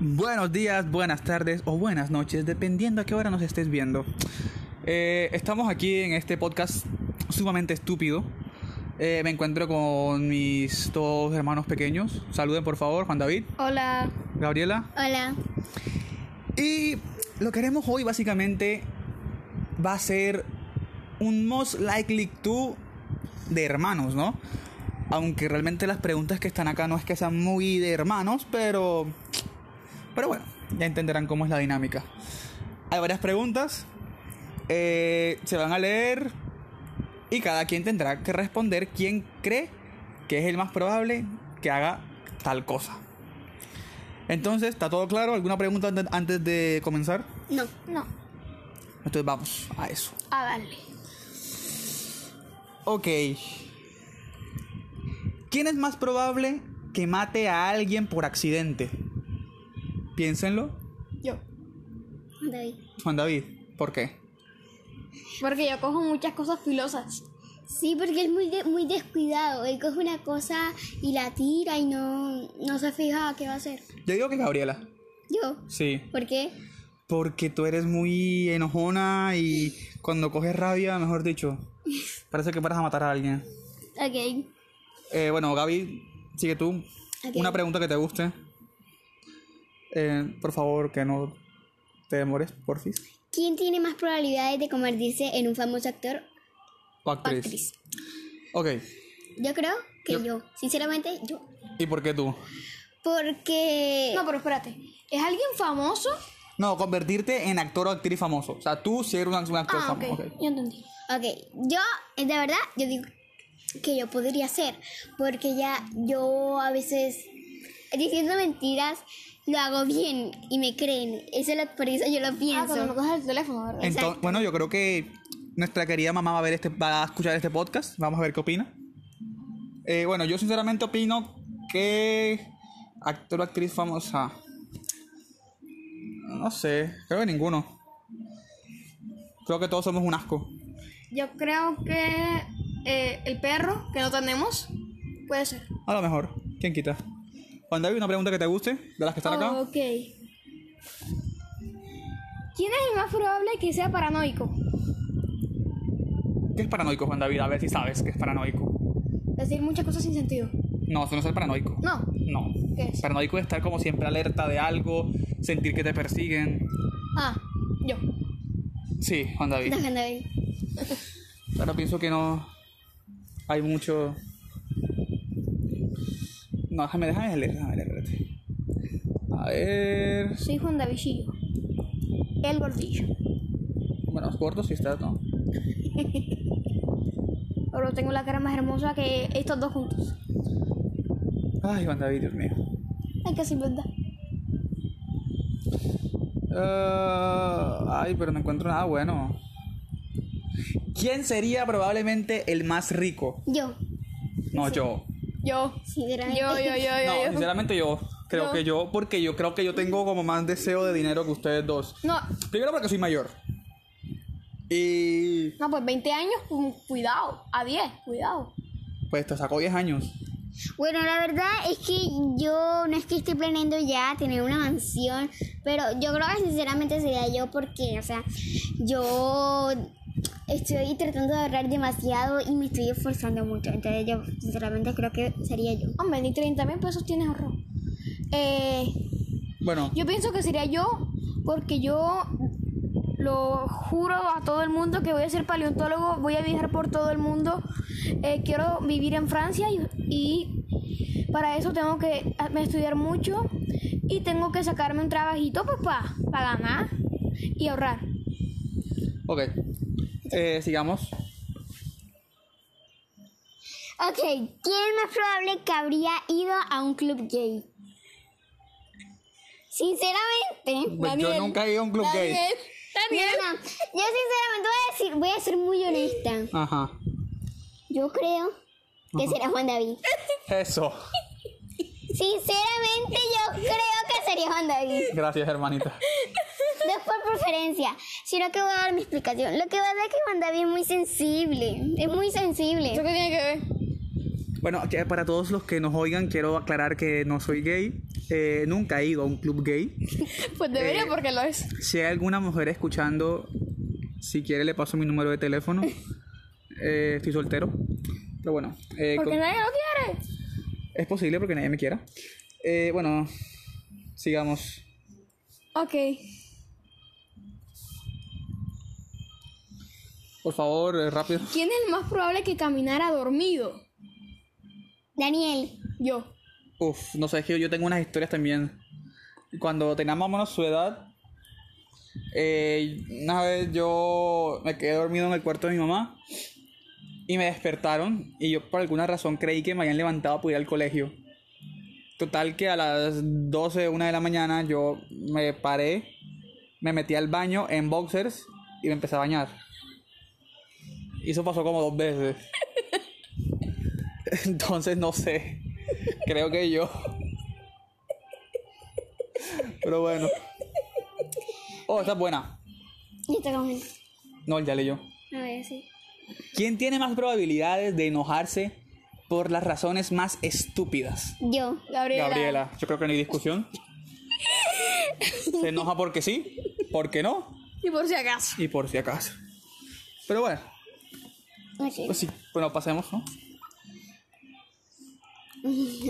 Buenos días, buenas tardes o buenas noches, dependiendo a qué hora nos estés viendo. Eh, estamos aquí en este podcast sumamente estúpido. Eh, me encuentro con mis dos hermanos pequeños. Saluden por favor, Juan David, Hola. Gabriela. Hola. Y lo que haremos hoy básicamente va a ser un most likely to de hermanos, ¿no? Aunque realmente las preguntas que están acá no es que sean muy de hermanos, pero pero bueno, ya entenderán cómo es la dinámica. Hay varias preguntas, eh, se van a leer y cada quien tendrá que responder quién cree que es el más probable que haga tal cosa. Entonces, ¿está todo claro? ¿Alguna pregunta ante- antes de comenzar? No. No. Ah, Entonces vamos a eso. A darle. Ok. ¿Quién es más probable que mate a alguien por accidente? Piénsenlo. Yo. David. Juan David, ¿por qué? Porque yo cojo muchas cosas filosas. Sí, porque es muy, de- muy descuidado. Él coge una cosa y la tira y no, no se fija qué va a hacer. Yo digo que Gabriela. Yo. Sí. ¿Por qué? Porque tú eres muy enojona y cuando coges rabia, mejor dicho, parece que paras a matar a alguien. Ok. Eh, bueno, Gaby, sigue tú. Ok. Una pregunta que te guste. Eh, por favor, que no te demores, porfis. ¿Quién tiene más probabilidades de convertirse en un famoso actor O o actriz. actriz? Ok. Yo creo que Yo. yo. Sinceramente, yo. ¿Y por qué tú? Porque... No, pero espérate. ¿Es alguien famoso? No, convertirte en actor o actriz famoso. O sea, tú ser un, un actor Ah, ok. famoso. ok. Yo entendí. Ok, yo, eh, de verdad, yo digo que yo podría ser, porque ya yo a veces diciendo mentiras lo hago bien y me creen. Eso es lo- por eso yo lo Ah, pienso. cuando no coges el teléfono, ¿verdad? Enton- bueno, yo creo que nuestra querida mamá va a ver este, va a escuchar este podcast. Vamos a ver qué opina. Eh, bueno, yo sinceramente opino que actor o actriz famosa. No sé, creo que ninguno. Creo que todos somos un asco. Yo creo que eh, el perro que no tenemos puede ser. A lo mejor, ¿quién quita? Cuando hay una pregunta que te guste, de las que están acá. Ok. ¿Quién es el más probable que sea paranoico? ¿Qué es paranoico, Juan David? A ver si sabes que es paranoico. Decir muchas cosas sin sentido. No, eso no es ser paranoico. No. No. ¿Qué es? Paranoico es estar como siempre alerta de algo, sentir que te persiguen. Ah, yo. Sí, Juan David. Déjame ver. Pero pienso que no hay mucho. No, déjame, déjame leer, déjame leer, espérate. A ver. Soy Juan Davidillo. El gordillo. Bueno, es corto si estás, ¿no? Pero tengo la cara más hermosa que estos dos juntos. Ay, Juan David, Dios mío. Ay, casi verdad. Ah, ay, pero no encuentro nada bueno. ¿Quién sería probablemente el más rico? Yo, No, yo. Yo. sinceramente. Yo, yo, yo, No, yo, yo. sinceramente yo. Creo Yo. que yo, porque yo creo que yo tengo como más deseo de dinero que ustedes dos. No, Primero porque soy mayor. Y no, pues 20 años, cu- cuidado. A 10, cuidado. pues te sacó 10 años. Bueno, la verdad es que yo no es que esté planeando ya tener una mansión, pero yo creo que sinceramente sería yo porque, o sea, yo estoy tratando de ahorrar demasiado y me estoy esforzando mucho, entonces yo sinceramente creo que sería yo. Hombre, ni 30 mil pesos tienes ahorrado. Eh, Bueno, yo pienso que sería yo, porque yo lo juro a todo el mundo que voy a ser paleontólogo, voy a viajar por todo el mundo. eh, quiero vivir en Francia y, y para eso tengo que a- estudiar mucho y tengo que sacarme un trabajito pues para ganar y ahorrar. ok. Eh, sigamos. Ok, ¿quién es más probable que habría ido a un club gay? Sinceramente, Pues yo nunca he ido a un club gay. no, no, yo sinceramente voy a decir, voy a ser muy honesta. Ajá. Yo creo que será Juan David. Eso. Sinceramente yo creo que sería Juan David. Gracias, hermanita. No es por preferencia, sino que voy a dar mi explicación. Lo que pasa es que Juan David es muy sensible. Es muy sensible. qué tiene que ver? Bueno, que para todos los que nos oigan, quiero aclarar que no soy gay. eh, nunca he ido a un club gay. Pues Eh, debería porque lo es. Si hay alguna mujer escuchando, si quiere le paso mi número de teléfono. Eh, estoy soltero. Pero bueno, eh, Porque con- nadie lo quiere. es posible porque nadie me quiera. Eh, bueno, sigamos. Ok. Por favor, eh, rápido. ¿Quién es el más probable que caminara dormido? Daniel, Yo. Uf, no sé, es que yo tengo unas historias también. Cuando tenía más o menos su edad, eh, una vez yo me quedé dormido en el cuarto de mi mamá y me despertaron y yo por alguna razón creí que me habían levantado para ir al colegio. Total que a las 12, 1 de la mañana yo me paré, me metí al baño en boxers y me empecé a bañar. Y eso pasó como dos veces. Entonces no sé. Creo que yo. Pero bueno. Oh, esta es buena. yo te conmigo. No, ya leyó. A ver, sí. ¿Quién tiene más probabilidades de enojarse por las razones más estúpidas? Yo. Gabriela. yo creo que no hay discusión. Se enoja porque sí, porque no Y por si acaso. y por si acaso. Pero bueno, Ok. pues sí, bueno, pasemos, ¿no?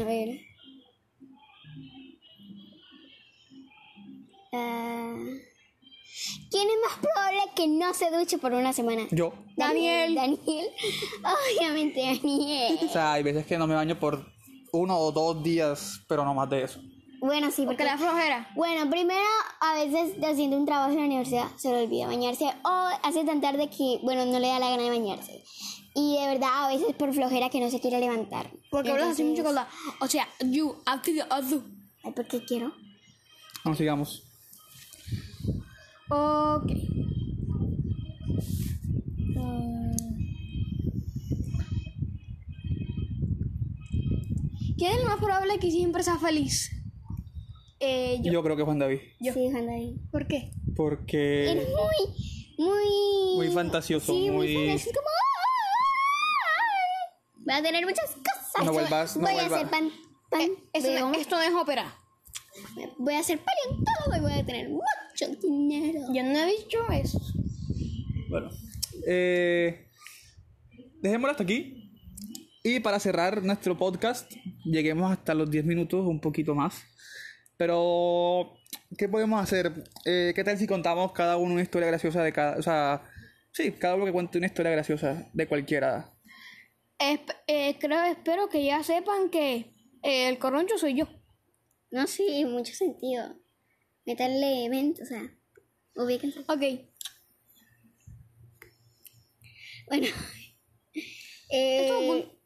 A ver. Ah, ¿Quién es más probable que no se duche por una semana? Yo. Daniel. Daniel. Obviamente O Daniel. sea, hay veces que no me baño por uno o dos días, pero no más de eso. Bueno, sí, porque... Porque la flojera. Bueno, primero, a veces haciendo un trabajo en la universidad se le olvida bañarse o hace tan tarde que, bueno, no le da la gana de bañarse. Y de verdad, a veces por flojera que no se quiere levantar. Porque hablas así mucho con Entonces- la. O sea, you acted as you. Ay, ¿por qué quiero? Vamos, sigamos. Ok. ¿Quién es el más probable que siempre sea feliz? Eh, yo. Yo creo que Juan David. Yo. Sí, Juan David. ¿Por qué? Eres Porque. muy, muy... Muy fantasioso, sí, muy... muy- fantasioso, es como... ¡ay! Va a tener muchas cosas. No vuelvas, no Voy a vuelvas. hacer pan, pan, Esto, veo. no, esto no Eh, es ópera. Voy a ser paleontólogo y voy a tener mucho dinero. Yo no he dicho eso. Bueno. Eh, dejémoslo hasta aquí. Y para cerrar nuestro podcast, lleguemos hasta los 10 minutos, un poquito más. Pero, ¿qué podemos hacer? Eh, ¿Qué tal si contamos cada uno una historia graciosa de cada... O sea, sí, cada uno que cuente una historia graciosa de cualquiera. Esp- eh, creo, espero que ya sepan que eh, el corroncho soy yo. No, sí, mucho sentido. Meterle mente, o sea, ubíquense. Ok. Bueno. Eh, Estuvo cool.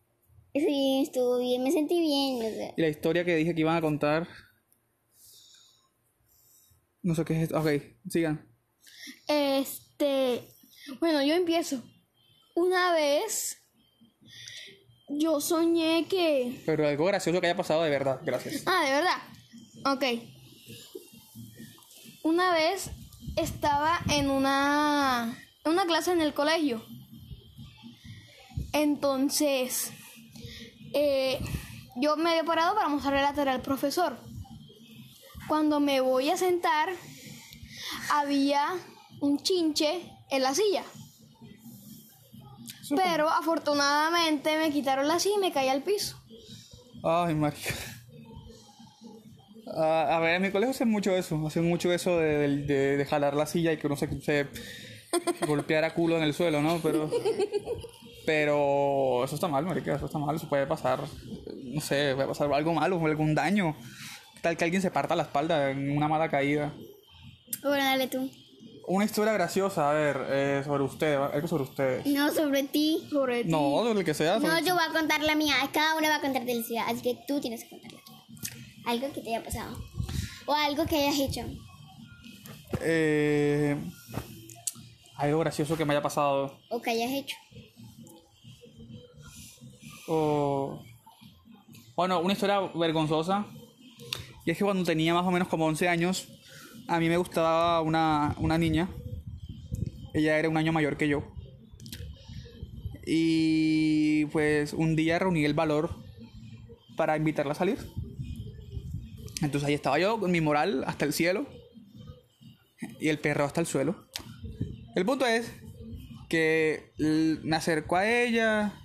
Sí, estuvo bien, me sentí bien. O sea. Y la historia que dije que iban a contar... No sé qué es esto. Ok, sigan. Este. Bueno, yo empiezo. Una vez. Yo soñé que. Pero algo gracioso que haya pasado de verdad. Gracias. Ah, de verdad. Ok. Una vez estaba en una. en una clase en el colegio. Entonces. eh, yo me había parado para mostrarle la tarea al profesor. Cuando me voy a sentar, había un chinche en la silla. Pero afortunadamente me quitaron la silla y me caí al piso. Ay, marica. Ah, a ver, en mi colegio hacen mucho eso. Hacen mucho eso de, de- de jalar la silla y que uno se, se golpeara culo en el suelo, ¿no? Pero. Pero eso está mal, marica. Eso está mal. Eso puede pasar. No sé, puede pasar algo malo, algún daño. ¿Qué Tal que alguien se parta la espalda en una mala caída. Bueno, dale tú. Una historia graciosa, a ver, eh, sobre usted, algo sobre ustedes. No, sobre ti. Sobre ti. No, sobre el que sea. sobre- No, yo voy a contar la mía. Cada una va a contar de la ciudad, así que tú tienes que contar la tuya. Algo que te haya pasado. O algo que hayas hecho. Eh, algo gracioso que me haya pasado. O que hayas hecho. O... Bueno, una historia vergonzosa. Y es que cuando tenía más o menos como 11 años, a mí me gustaba una, una niña. Ella era un año mayor que yo. Y pues un día reuní el valor para invitarla a salir. Entonces ahí estaba yo con mi moral hasta el cielo y el perro hasta el suelo. El punto es que l- me acerco a ella,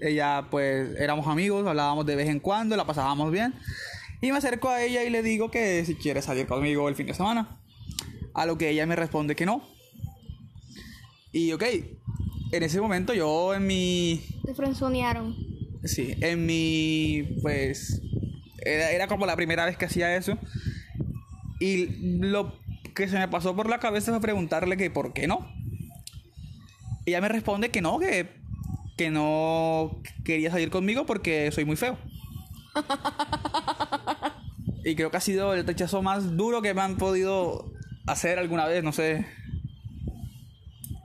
ella pues éramos amigos, hablábamos de vez en cuando, la pasábamos bien. Y me acerco a ella y le digo que si quiere salir conmigo el fin de semana. A lo que ella me responde que no. Y ok, en ese momento yo en mi Te frenzonearon. Sí, en mi, pues, era, era como la primera vez que hacía eso. Y lo que se me pasó por la cabeza fue preguntarle que por qué no. Ella me responde que no, que, que no quería salir conmigo porque soy muy feo. y creo que ha sido el rechazo más duro que me han podido hacer alguna vez, no sé.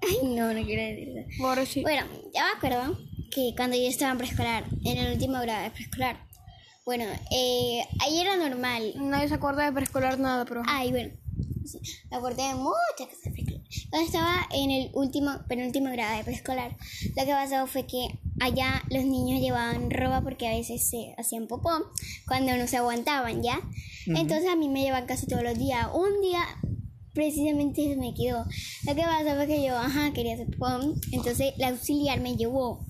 Ay, no, no quiero decir eso. Ahora sí. Bueno, ya me acuerdo que cuando yo estaba en preescolar, en el último grado de preescolar, bueno, eh, ahí era normal. Nadie se acuerda de preescolar nada, pero. Ah. Ay, bueno, sí, me acordé de muchas cosas de preescolar. Cuando estaba en el último, penúltimo grado de preescolar, lo que pasó fue que allá los niños llevaban ropa porque a veces se hacían popó cuando no se aguantaban, ¿ya? Entonces a mí me llevan casi todos los días. Un día precisamente se me quedó. Lo que pasó fue que yo, ajá, quería hacer popó, entonces la auxiliar me llevó,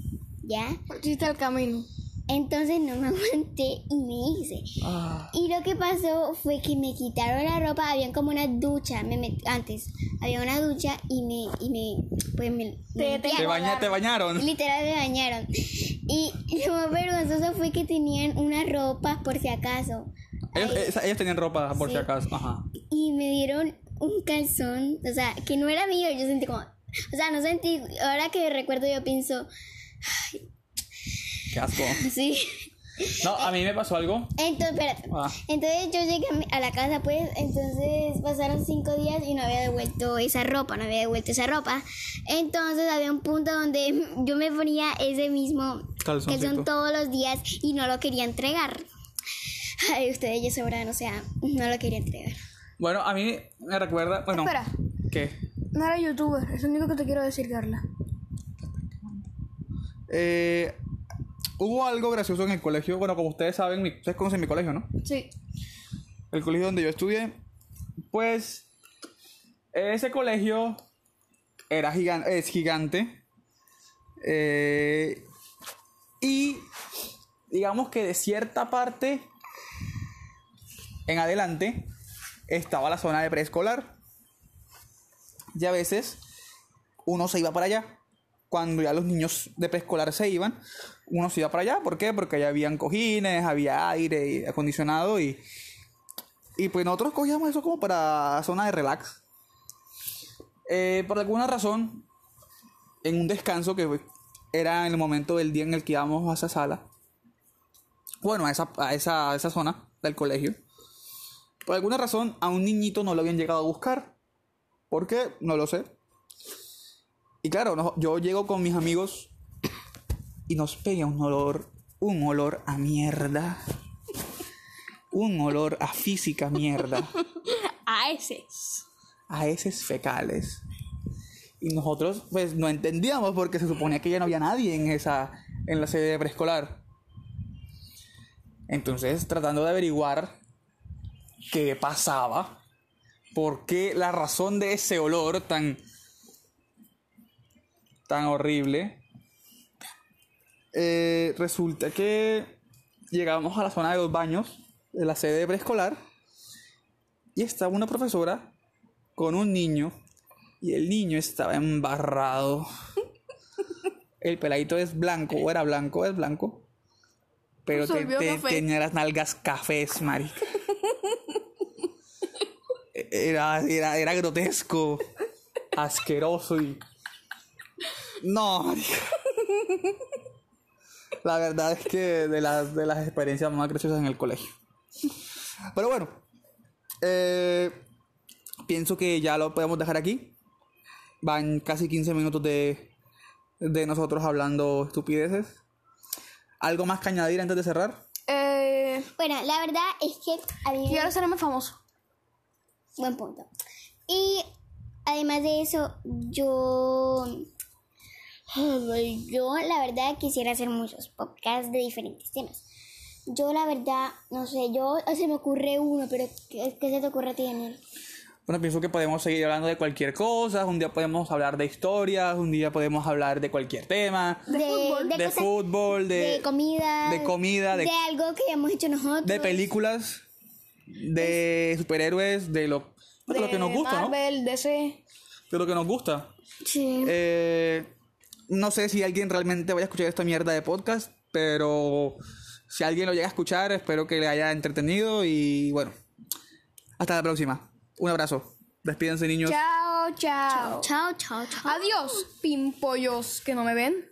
¿ya? Partiste el camino. Entonces no me aguanté y me hice. Ah, Y lo que pasó fue que me quitaron la ropa, habían como una ducha, me met- antes había una ducha y me, y me, pues me, me Te- te- te, limpiaron. baña- te bañaron. literal me bañaron. Y lo más vergonzoso fue que tenían una ropa por si acaso. Ellos, ellos- ellos tenían ropa, por Sí. si acaso. Ajá. Y me dieron un calzón, o sea, que no era mío, yo sentí como, o sea, no sentí, ahora que recuerdo yo pienso, Qué asco. sí. No, a mí me pasó algo. Entonces, espérate. Ah. Entonces yo llegué a mi- a la casa, pues, entonces pasaron cinco días y no había devuelto esa ropa, no había devuelto esa ropa. Entonces había un punto donde yo me ponía ese mismo Calzoncito. calzón todos los días y no lo quería entregar. Ay, ustedes ya sabrán, o sea, no lo quería entregar. Bueno, a mí me recuerda. Bueno, Espera. ¿Qué? No era youtuber, es lo único que te quiero decir, Carla. Eh, hubo algo gracioso en el colegio. Bueno, como ustedes saben, mi- ustedes conocen mi colegio, ¿no? Sí. El colegio donde yo estudié. Pues. Ese colegio era gigan- es gigante. Eh, y. Digamos que de cierta parte. En adelante. Estaba la zona de preescolar. Y a veces. Uno se iba para allá. Cuando ya los niños de preescolar se iban, uno se iba para allá. ¿Por qué? Porque allá habían cojines, había aire y acondicionado y, y pues nosotros cogíamos eso como para zona de relax. Eh, por alguna razón, en un descanso que fue- era en el momento del día en el que íbamos a esa sala, bueno, a esa, a esa, a esa zona del colegio, por alguna razón a un niñito no lo habían llegado a buscar. ¿Por qué? No lo sé. Y claro, no- yo llego con mis amigos y nos pega un olor, un olor a mierda. Un olor a física mierda, A ese. a heces fecales. Y nosotros pues no entendíamos porque se suponía que ya no había nadie en esa en la sede de preescolar. Entonces, tratando de averiguar qué pasaba, por qué la razón de ese olor tan tan horrible. Eh, resulta que llegamos a la zona de los baños de la sede de preescolar y estaba una profesora con un niño y el niño estaba embarrado. El peladito es blanco, o era blanco, es blanco. Pero te- Absorbió te- café. tenía las nalgas cafés, marica. E, Era, era, era grotesco, asqueroso y... No, marica. La verdad es que de las, de las experiencias más graciosas en el colegio. Pero bueno, eh, pienso que ya lo podemos dejar aquí. Van casi 15 minutos de, de nosotros hablando estupideces. ¿Algo más que añadir antes de cerrar? Eh, Bueno, la verdad es que a mí me- quiero ser más famoso. Buen punto. Y además de eso, yo. Yo, la verdad, quisiera hacer muchos podcasts de diferentes temas. Yo la verdad, no sé, yo se me ocurre uno, pero ¿qué, qué se te ocurre a ti, Daniel? Bueno, pienso que podemos seguir hablando de cualquier cosa. Un día podemos hablar de historias, un día podemos hablar de cualquier tema. De, De, cosas- fútbol, de, de comida. de comida, de- algo que hemos hecho nosotros. de películas, de superhéroes, de lo, de lo que nos gusta, ¿no? Marvel, DC. De lo que nos gusta. Sí. Eh, no sé si alguien realmente vaya a escuchar esta mierda de podcast, pero si alguien lo llega a escuchar, espero que le haya entretenido y bueno. Hasta la próxima. Un abrazo. Despídense, niños. Chao, chao. Chao, chao, chao. Adiós, pimpollos que no me ven.